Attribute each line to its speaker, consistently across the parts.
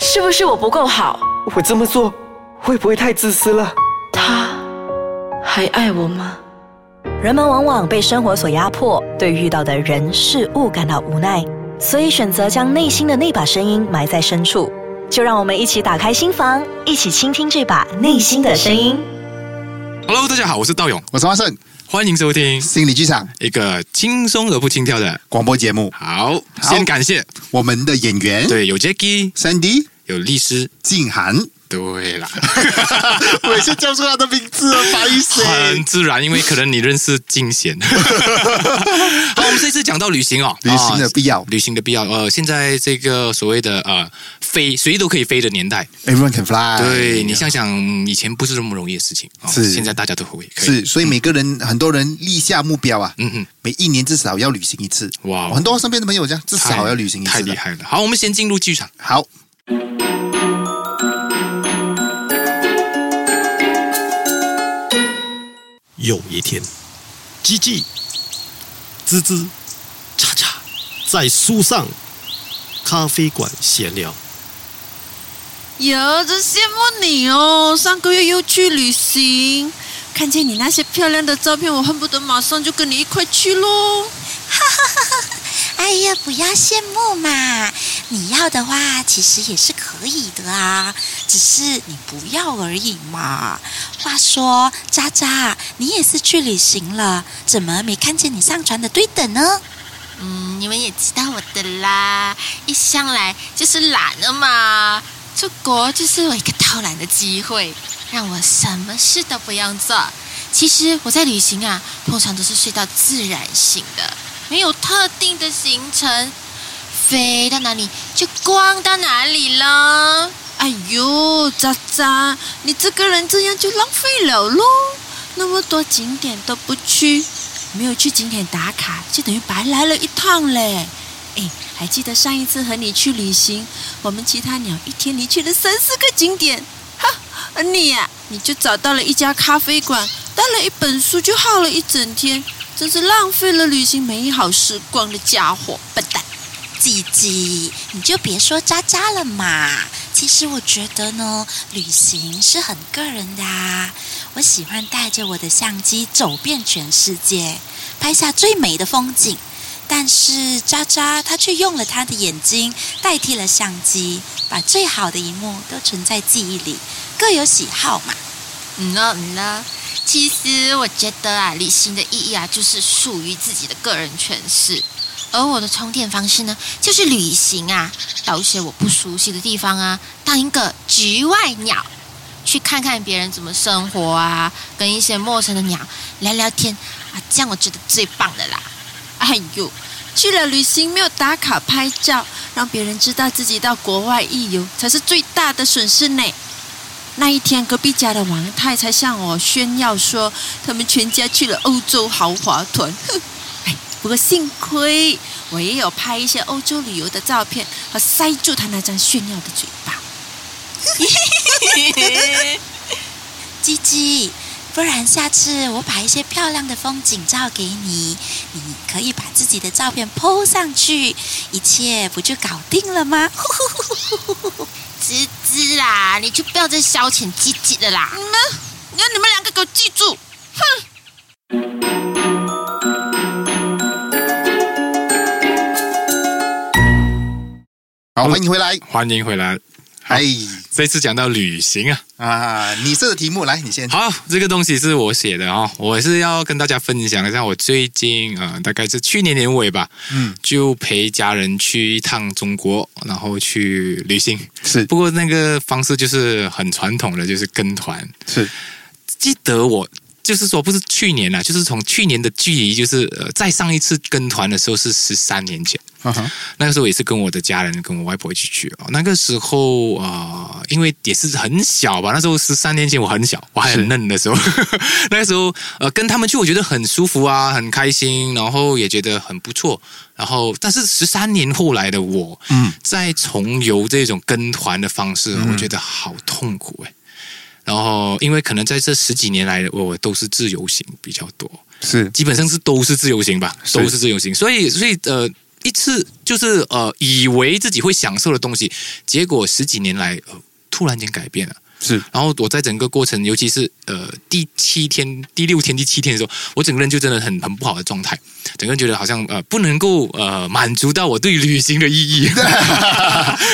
Speaker 1: 是不是我不够好？
Speaker 2: 我这么做会不会太自私了？
Speaker 1: 他还爱我吗？
Speaker 3: 人们往往被生活所压迫，对遇到的人事物感到无奈，所以选择将内心的那把声音埋在深处。就让我们一起打开心房，一起倾听这把内心的声音。
Speaker 4: Hello，大家好，我是道勇，
Speaker 5: 我是阿胜，
Speaker 4: 欢迎收听
Speaker 5: 心理剧场
Speaker 4: 一个轻松而不轻佻的。
Speaker 5: 广播节目，
Speaker 4: 好，
Speaker 5: 好
Speaker 4: 先感谢，
Speaker 5: 我们的演员
Speaker 4: 对，有 Jacky，
Speaker 5: Sandy
Speaker 4: 有律师，
Speaker 5: 静 涵，
Speaker 4: 对啦，
Speaker 5: 我也是叫出他的名字了，不好意思
Speaker 4: 很自然，因为可能你认识金贤。 好，我们这次讲到旅行哦，
Speaker 5: 旅行的必要
Speaker 4: 啊旅行的必要。呃，现在这个所谓的呃飞，谁都可以飞的年代，
Speaker 5: Everyone can fly，
Speaker 4: 对你想想，以前不是那么容易的事情，哦
Speaker 5: 哎是
Speaker 4: 现在大家都会可以
Speaker 5: 是，所以每个人很多人立下目标啊，
Speaker 4: 嗯嗯，
Speaker 5: 每一年至少要旅行一次。
Speaker 4: 哇
Speaker 5: 我很多身边的朋友这样，至
Speaker 4: 太
Speaker 5: 少要旅行一次。
Speaker 4: 太厉！害了。好，我们先进入剧场。
Speaker 5: 好，
Speaker 6: 有一天，叽叽、吱吱、叉叉，在树上咖啡馆闲聊。
Speaker 7: 哟，真羡慕你哦！上个月又去旅行，看见你那些漂亮的照片，我恨不得马上就跟你一块去喽。
Speaker 8: 哎呀，不要羡慕嘛！你要的话，其实也是可以的啊，只是你不要而已嘛。话说，渣渣，你也是去旅行了，怎么没看见你上传的对等呢？
Speaker 9: 嗯，你们也知道我的啦，一向来就是懒了嘛。出国就是我一个偷懒的机会，让我什么事都不用做。其实我在旅行啊，通常都是睡到自然醒的，没有特定的行程，飞到哪里就逛到哪里了。
Speaker 7: 哎呦，渣渣，你这个人这样就浪费了喽！那么多景点都不去，没有去景点打卡，就等于白来了一趟嘞。哎，还记得上一次和你去旅行，我们其他鸟一天离去了三四个景点，哈，而你呀、你就找到了一家咖啡馆，带了一本书就耗了一整天，真是浪费了旅行美好时光的家伙，笨蛋！
Speaker 8: 姐姐，你就别说渣渣了嘛。其实我觉得呢，旅行是很个人的啊。我喜欢带着我的相机走遍全世界，拍下最美的风景。但是渣渣他却用了他的眼睛代替了相机，把最好的一幕都存在记忆里，各有喜好嘛。
Speaker 9: 嗯呢嗯呢，其实我觉得啊，旅行的意义啊，就是属于自己的个人诠释。而我的充电方式呢，就是旅行啊，到一些我不熟悉的地方啊，当一个局外鸟，去看看别人怎么生活啊，跟一些陌生的鸟聊聊天啊，这样我觉得最棒的啦。
Speaker 7: 哎呦，去了旅行没有打卡拍照，让别人知道自己到国外一游，才是最大的损失呢。那一天，隔壁家的王太才向我炫耀说，他们全家去了欧洲豪华团。 哼，哎，不过幸亏我也有拍一些欧洲旅游的照片，和塞住他那张炫耀的嘴巴。
Speaker 8: 鸡鸡，不然下次我把一些漂亮的风景照给你，你可以把自己的照片 PO 上去，一切不就搞定了吗？
Speaker 9: 芝芝啦，你就不要再消遣唧唧的
Speaker 8: 嗯
Speaker 9: 啦。
Speaker 8: 啊
Speaker 7: 那你们两个给我记住，
Speaker 4: 嗯
Speaker 5: 好，欢迎回来。
Speaker 4: 欢迎回来。
Speaker 5: 哎
Speaker 4: 这次讲到旅行啊，
Speaker 5: 啊，你设的题目来，你先。
Speaker 4: 好，这个东西是我写的哦，我是要跟大家分享一下我最近呃，大概是去年年尾吧，
Speaker 5: 嗯，
Speaker 4: 就陪家人去一趟中国，然后去旅行。
Speaker 5: 是
Speaker 4: 不过那个方式就是很传统的，就是跟团。
Speaker 5: 是，
Speaker 4: 记得我就是说，不是去年啦，就是从去年的距离，就是呃，再上一次跟团的时候是十三年前。
Speaker 5: 嗯哼
Speaker 4: 那个时候也是跟我的家人、跟我外婆一起去哦。那个时候啊、呃因为也是很小吧，那时候十三年前我很小，我还很嫩的时候， 那个时候呃跟他们去，我觉得很舒服啊，很开心，然后也觉得很不错。然后，但是十三年后来的我，
Speaker 5: 嗯，
Speaker 4: 在重游这种跟团的方式，我觉得好痛苦哎、然后，因为可能在这十几年来，我都是自由行比较多，
Speaker 5: 是
Speaker 4: 基本上是都是自由行吧，
Speaker 5: 是
Speaker 4: 都是自由行，所以所以呃，一次就是呃，以为自己会享受的东西，结果十几年来呃，突然间改变了。
Speaker 2: 是
Speaker 4: 然后我在整个过程，尤其是呃第七天、第六天、第七天的时候，我整个人就真的很很不好的状态，整个人觉得好像呃不能够呃满足到我对旅行的意 义。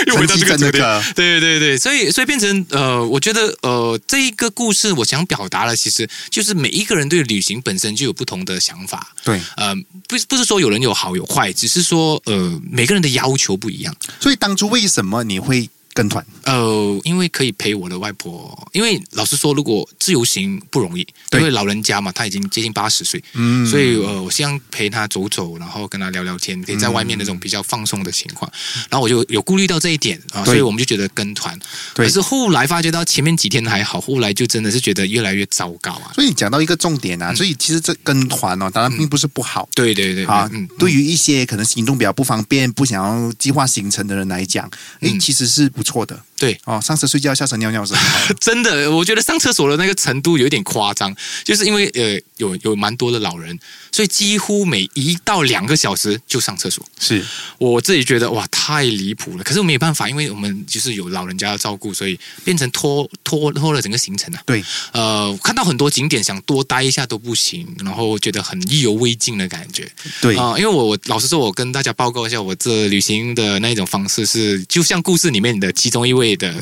Speaker 4: 又回到这个
Speaker 5: 沉浸在那
Speaker 4: 主题
Speaker 5: 个，
Speaker 4: 对对对，所以所以变成呃，我觉得呃这一个故事我想表达的，其实就是每一个人对旅行本身就有不同的想法。
Speaker 5: 对，
Speaker 4: 呃，不是不是说有人有好有坏，只是说呃每个人的要求不一样。
Speaker 5: 所以当初为什么你会跟团？
Speaker 4: 呃，因为可以陪我的外婆，因为老实说，如果自由行不容易，因为老人家嘛，他已经接近八十岁，
Speaker 5: 嗯
Speaker 4: 所以呃，我希望陪他走走，然后跟他聊聊天，可以在外面那种比较放松的情况。
Speaker 5: 嗯
Speaker 4: 然后我就有顾虑到这一点啊，所以我们就觉得跟团。
Speaker 5: 对
Speaker 4: 可是后来发觉到前面几天还好，后来就真的是觉得越来越糟糕啊。
Speaker 5: 所以你讲到一个重点啊，所以其实这跟团哦，当然并不是不好。
Speaker 4: 对对对，
Speaker 5: 啊
Speaker 4: 嗯嗯，，
Speaker 5: 对于一些可能行动比较不方便、不想要计划行程的人来讲，诶，
Speaker 4: 嗯
Speaker 5: 其实是不错的
Speaker 4: 对，
Speaker 5: 哦。上车睡觉，下车尿尿是很好 的
Speaker 4: 真的，我觉得上厕所的那个程度有一点夸张，就是因为呃有有蛮多的老人，所以几乎每一到两个小时就上厕所。
Speaker 5: 是
Speaker 4: 我自己觉得哇太离谱了，可是我没有办法，因为我们就是有老人家要照顾，所以变成拖拖拖了整个行程啊。
Speaker 5: 对，
Speaker 4: 呃，看到很多景点想多待一下都不行，然后觉得很意犹未尽的感觉。
Speaker 5: 对，
Speaker 4: 啊、因为我我老实说，我跟大家报告一下，我这旅行的那一种方式是，就像故事里面的其中一位的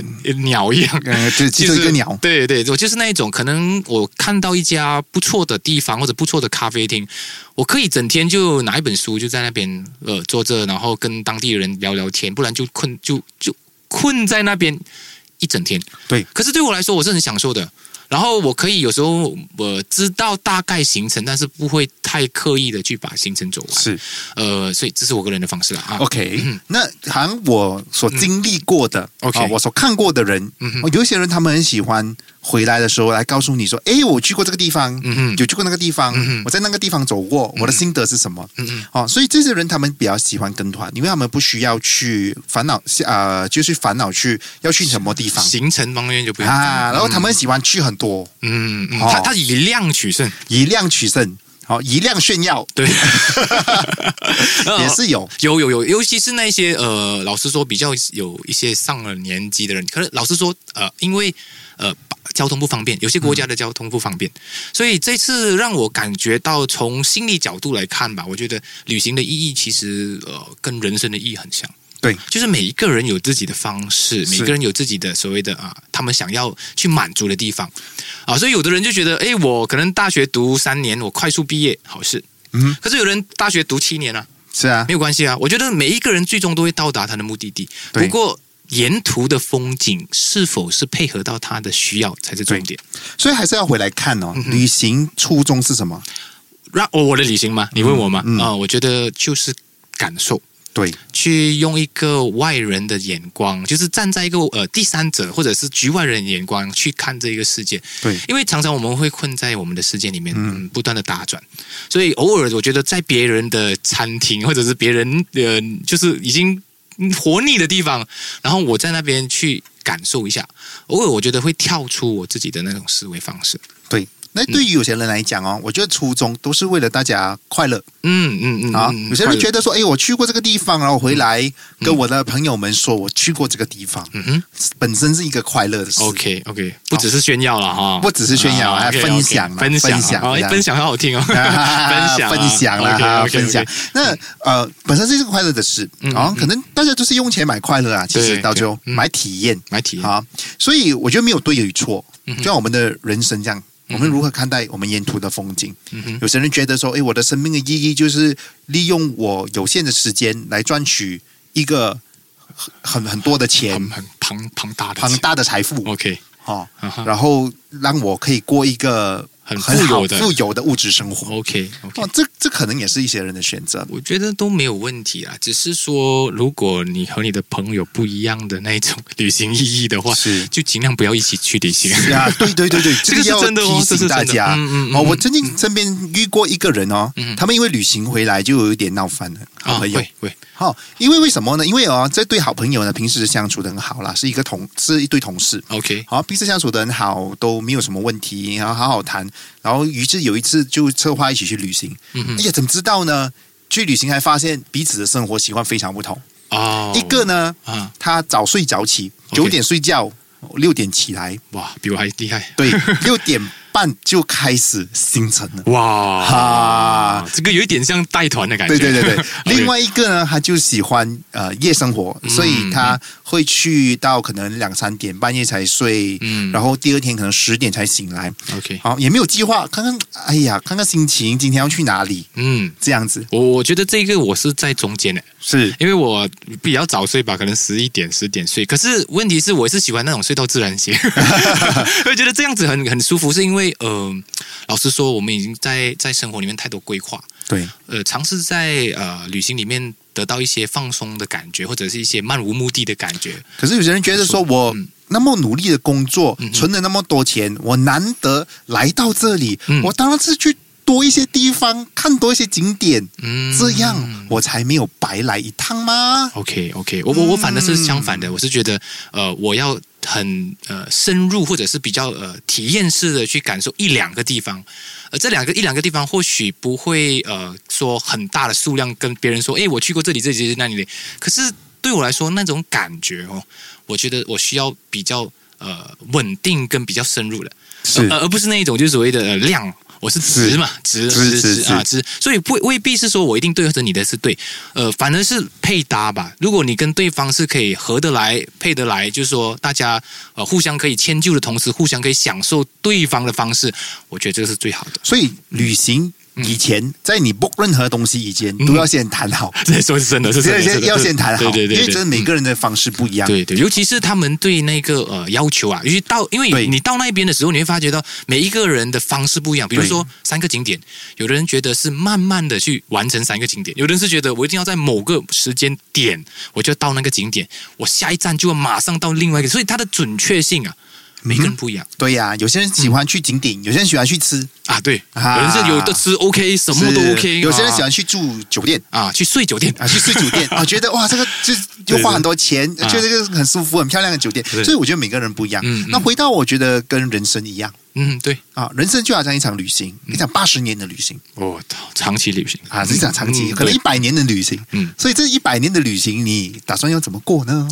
Speaker 4: 鸟一样，
Speaker 5: 呃对其中一个鸟
Speaker 4: 就是对对，我就是那一种，可能我看到一家不错的地方或者不错的咖啡厅，我可以整天就拿一本书就在那边呃坐着，然后跟当地人聊聊天，不然就困就就困在那边一整天。
Speaker 5: 对，
Speaker 4: 可是对我来说，我是很享受的。然后我可以有时候我知道大概行程，但是不会太刻意的去把行程走完。
Speaker 5: 是哦
Speaker 4: 呃，所以这是我个人的方式了啊。
Speaker 5: OK，、那嗯好像我所经历过的、
Speaker 4: 嗯 OK
Speaker 5: 啊我所看过的人、
Speaker 4: 嗯哼
Speaker 5: 哦，有一些人他们很喜欢回来的时候来告诉你说，诶，我去过这个地方，
Speaker 4: 嗯哼
Speaker 5: 有去过那个地方、
Speaker 4: 哼
Speaker 5: 我在那个地方走过，我的心得是什么？嗯嗯，哦，所以这些人他们比较喜欢跟团，因为他们不需要去烦恼，呃，就是烦恼去要去什么地方
Speaker 4: 行程方面就不用
Speaker 5: 啊，然后他们喜欢去很多，
Speaker 4: 嗯，嗯
Speaker 5: 哦
Speaker 4: 他他以量取胜，
Speaker 5: 以量取胜，好、以量炫 耀，
Speaker 4: 对，
Speaker 5: 也是有。
Speaker 4: 有有有，尤其是那些呃，老实说比较有一些上了年纪的人，可能老实说呃，因为呃交通不方便，有些国家的交通不方便，所以这次让我感觉到从心理角度来看吧，我觉得旅行的意义其实呃跟人生的意义很像。
Speaker 5: 对，
Speaker 4: 就是每一个人有自己的方式，每个人有自己的所谓的啊，他们想要去满足的地方啊，所以有的人就觉得，哎，我可能大学读三年，我快速毕业，好事。
Speaker 5: 嗯，
Speaker 4: 可是有人大学读七年啊，
Speaker 5: 是啊
Speaker 4: 没，有关系啊。我觉得每一个人最终都会到达他的目的地，
Speaker 5: 对
Speaker 4: 不过沿途的风景是否是配合到他的需要才是重点。
Speaker 5: 所以还是要回来看
Speaker 4: 嗯
Speaker 5: 哦。旅行初衷是什么？
Speaker 4: 让我我的旅行吗？你问我吗？啊、
Speaker 5: 嗯嗯
Speaker 4: 我觉得就是感受。
Speaker 5: 对，
Speaker 4: 去用一个外人的眼光，就是站在一个呃第三者或者是局外人的眼光去看这一个世界。
Speaker 5: 对
Speaker 4: 因为常常我们会困在我们的世界里面，嗯，不断的打转，所以偶尔我觉得在别人的餐厅或者是别人呃，就是已经活腻的地方，然后我在那边去感受一下，偶尔我觉得会跳出我自己的那种思维方式。
Speaker 5: 对。那
Speaker 4: 嗯
Speaker 5: 对于有些人来讲哦，我觉得初衷都是为了大家快乐
Speaker 4: 嗯嗯嗯
Speaker 5: 啊。
Speaker 4: 嗯
Speaker 5: 有些人
Speaker 4: 快乐
Speaker 5: 觉得说，哎，我去过这个地方，然后我回来跟我的朋友们说我去过这个地方，
Speaker 4: 嗯哼
Speaker 5: 本身是一个快乐的事。
Speaker 4: OK OK，不只是炫耀了哈，
Speaker 5: 不只是炫耀还
Speaker 4: OK，OK，
Speaker 5: 分享啊
Speaker 4: 分享
Speaker 5: 分享
Speaker 4: 啊
Speaker 5: 这
Speaker 4: 哎
Speaker 5: 样
Speaker 4: 分享很好 听哦，分
Speaker 5: 啊
Speaker 4: 享啊
Speaker 5: 分享啦，哈
Speaker 4: OK，OK，OK
Speaker 5: 分享。那呃，本身是一个快乐的事
Speaker 4: 嗯
Speaker 5: 啊，
Speaker 4: 嗯
Speaker 5: 可能大家都是用钱买快乐啊，其实
Speaker 4: 对
Speaker 5: 到最后
Speaker 4: 对嗯
Speaker 5: 买体验
Speaker 4: 买体验，
Speaker 5: 啊。所以我觉得没有对与错，
Speaker 4: 嗯
Speaker 5: 就像我们的人生这样，我们如何看待我们沿途的风景？
Speaker 4: 嗯哼，
Speaker 5: 有些人觉得说，诶，我的生命的意义就是利用我有限的时间来赚取一个很很很多的
Speaker 4: 很
Speaker 5: 钱，
Speaker 4: 很庞庞大的钱
Speaker 5: 庞大的财富
Speaker 4: ，OK，
Speaker 5: 哦
Speaker 4: 啊哈，
Speaker 5: 然后让我可以过一个
Speaker 4: 很
Speaker 5: 很
Speaker 4: 富
Speaker 5: 好
Speaker 4: 有的
Speaker 5: 富有的物质生活。
Speaker 4: OK OK，
Speaker 5: 哦，这这可能也是一些人的选择。
Speaker 4: 我觉得都没有问题啊，只是说如果你和你的朋友不一样的那一种旅行意义的话，
Speaker 5: 是
Speaker 4: 就尽量不要一起去旅行。
Speaker 5: 对 啊，对对对对，
Speaker 4: 个是
Speaker 5: 要
Speaker 4: 真的哦
Speaker 5: 提
Speaker 4: 这是
Speaker 5: 醒
Speaker 4: 真
Speaker 5: 大
Speaker 4: 的
Speaker 5: 家。
Speaker 4: 嗯嗯嗯
Speaker 5: 哦，我曾经身边遇过一个人哦，
Speaker 4: 嗯
Speaker 5: 他们因为旅行回来就有一点闹翻了，好
Speaker 4: 啊，
Speaker 5: 朋友。
Speaker 4: 会会，
Speaker 5: 好、因为为什么呢？因为哦，这对好朋友呢，平时相处的很好啦，是一个同是一对同事。
Speaker 4: OK，
Speaker 5: 好，平时相处的很好，都没有什么问题，
Speaker 4: 嗯
Speaker 5: 然后好好谈。然后于是有一次就策划一起去旅行，哎呀，怎么知道呢？去旅行还发现彼此的生活习惯非常不同。
Speaker 4: 哦，
Speaker 5: 一个呢，
Speaker 4: 啊，
Speaker 5: 他早睡早起，
Speaker 4: OK
Speaker 5: 九点睡觉，六点起来，
Speaker 4: 哇，比我还厉害，
Speaker 5: 对， 六点半就开始行程了。
Speaker 4: 哇，
Speaker 5: 啊
Speaker 4: 这个有一点像带团哦的感觉，，
Speaker 5: 对对对对 另外一个呢，他就喜欢呃夜生活，
Speaker 4: 嗯
Speaker 5: 所以他会去到可能两三点半夜才睡，
Speaker 4: 嗯
Speaker 5: 然后第二天可能十点才醒来，
Speaker 4: OK，
Speaker 5: 好也没有计划，看看哎呀，看看心情，今天要去哪里
Speaker 4: 嗯。
Speaker 5: 这样子
Speaker 4: 我我觉得这个我是在中间的，
Speaker 5: 是
Speaker 4: 因为我比较早睡吧，可能十一点、十点睡。可是问题是，我是喜欢那种睡到自然醒， 我觉得这样子很很舒服。是因为，呃，老实说，我们已经在在生活里面太多规划，
Speaker 5: 对，
Speaker 4: 呃，尝试在呃旅行里面得到一些放松的感觉，或者是一些漫无目的的感觉。
Speaker 5: 可是有些人觉得说我。
Speaker 4: 嗯
Speaker 5: 那么努力的工作，存了那么多钱，我难得来到这里，
Speaker 4: 嗯
Speaker 5: 我当然是去多一些地方，看多一些景点，
Speaker 4: 嗯
Speaker 5: 这样我才没有白来一趟吗？
Speaker 4: OK OK，我我我反正是相反的，我是觉得呃，我要很呃深入或者是比较呃体验式的去感受一两个地方，呃，这两个一两个地方或许不会呃说很大的数量跟别人说，诶，我去过这里这里这里那里，可是对我来说那种感觉哦，我觉得我需要比较呃稳定跟比较深入的，
Speaker 5: 是
Speaker 4: 呃，而不是那一种就是所谓的、呃、量。我是直嘛，直
Speaker 5: 直
Speaker 4: 直
Speaker 5: 直
Speaker 4: 直啊，
Speaker 5: 直
Speaker 4: 之，所以不未必是说我一定对或者你的是对，呃，反而是配搭吧。如果你跟对方是可以合得来、配得来，就是说大家呃互相可以迁就的同时，互相可以享受对方的方式，我觉得这个是最好的。
Speaker 5: 所以旅行
Speaker 4: 嗯
Speaker 5: 以前，在你 book 任何东西以前，都要先谈好，
Speaker 4: 这说是真嗯 的，是真的，是
Speaker 5: 先
Speaker 4: 真的
Speaker 5: 要先谈
Speaker 4: 对
Speaker 5: 好，
Speaker 4: 对对，嗯
Speaker 5: 因为
Speaker 4: 对
Speaker 5: 真的每个人的方式不一样。
Speaker 4: 对对，尤其是他们对那个呃要求啊，尤其到因为
Speaker 5: 对
Speaker 4: 你到那边的时候，你会发觉到每一个人的方式不一样。比如
Speaker 5: 对
Speaker 4: 说三个景点，有的人觉得是慢慢的去完成三个景点，有的人是觉得我一定要在某个时间点我就要到那个景点，我下一站就要马上到另外一个，所以它的准确
Speaker 5: 嗯
Speaker 4: 性啊，每个人不一样。
Speaker 5: 对呀、有些人喜欢去景点，有些人喜欢去吃，
Speaker 4: 啊，对，
Speaker 5: 啊
Speaker 4: 有人是有的吃 OK，什么
Speaker 5: 是
Speaker 4: 都 OK，
Speaker 5: 有些人喜
Speaker 4: 啊
Speaker 5: 欢去住酒店。
Speaker 4: 啊去睡酒店
Speaker 5: 啊，去睡 酒店啊，觉得哇，这个就就花很多钱，
Speaker 4: 对
Speaker 5: 觉得这个很舒服、很漂亮的酒店，
Speaker 4: 是
Speaker 5: 所以我觉得每个人不一样
Speaker 4: 嗯嗯。
Speaker 5: 那回到我觉得跟人生一样
Speaker 4: 嗯，对，
Speaker 5: 啊，人生就好像一场旅行，
Speaker 4: 嗯
Speaker 5: 一场八十年的旅行
Speaker 4: 哦，长期旅行
Speaker 5: 啊，是一场长期，
Speaker 4: 嗯
Speaker 5: 可能
Speaker 4: 对
Speaker 5: 一百年的旅行。
Speaker 4: 嗯
Speaker 5: 所以这一百年的旅行，你打算要怎么过呢？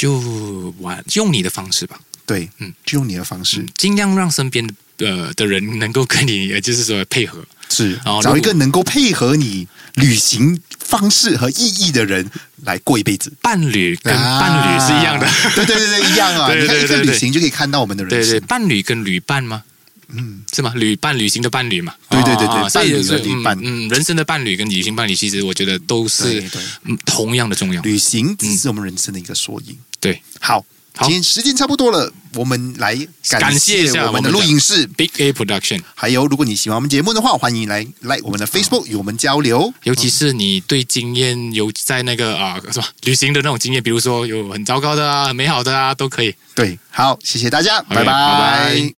Speaker 4: 就玩用你的方式吧。
Speaker 5: 对，
Speaker 4: 嗯
Speaker 5: 嗯，就用你的方式，
Speaker 4: 尽量让身边的呃的人能够跟你，呃就是说配合。
Speaker 5: 是
Speaker 4: 哦
Speaker 5: 找一
Speaker 4: 如果
Speaker 5: 个能够配合你旅行方式和意义的人来过一辈子。
Speaker 4: 伴侣跟
Speaker 5: 啊
Speaker 4: 伴侣是一样的，
Speaker 5: 对对对对，一样 啊！
Speaker 4: 对
Speaker 5: 你看
Speaker 4: 对
Speaker 5: 一
Speaker 4: 对
Speaker 5: 个
Speaker 4: 对
Speaker 5: 旅行就可以看到我们的人
Speaker 4: 对对，
Speaker 5: 生。
Speaker 4: 伴侣跟旅伴吗？嗯，是吗？旅伴旅行的伴侣嘛？
Speaker 5: 对对对对
Speaker 4: 啊啊
Speaker 5: 伴侣
Speaker 4: 所以就是
Speaker 5: 和旅伴
Speaker 4: 嗯，嗯人生的伴侣跟旅行伴侣，其实我觉得都是
Speaker 5: 对对
Speaker 4: 嗯同样的重要。
Speaker 5: 旅行只是我们人生的一个缩影。
Speaker 4: 对
Speaker 5: 好，
Speaker 4: 嗯好
Speaker 5: 今天时间差不多了，我们来
Speaker 4: 感谢一
Speaker 5: 谢
Speaker 4: 下
Speaker 5: 我们的
Speaker 4: 我们的
Speaker 5: 录影室。
Speaker 4: ，Big A Production，
Speaker 5: 还有，如果你喜欢我们节目的话，欢迎来来我们的 Facebook 与我们交流。
Speaker 4: 尤其是你对经验有在那个啊什么旅行的那种经验，比如说有很糟糕的啊、很美好的啊，都可以。
Speaker 5: 对，好，谢谢大家，
Speaker 4: OK，拜拜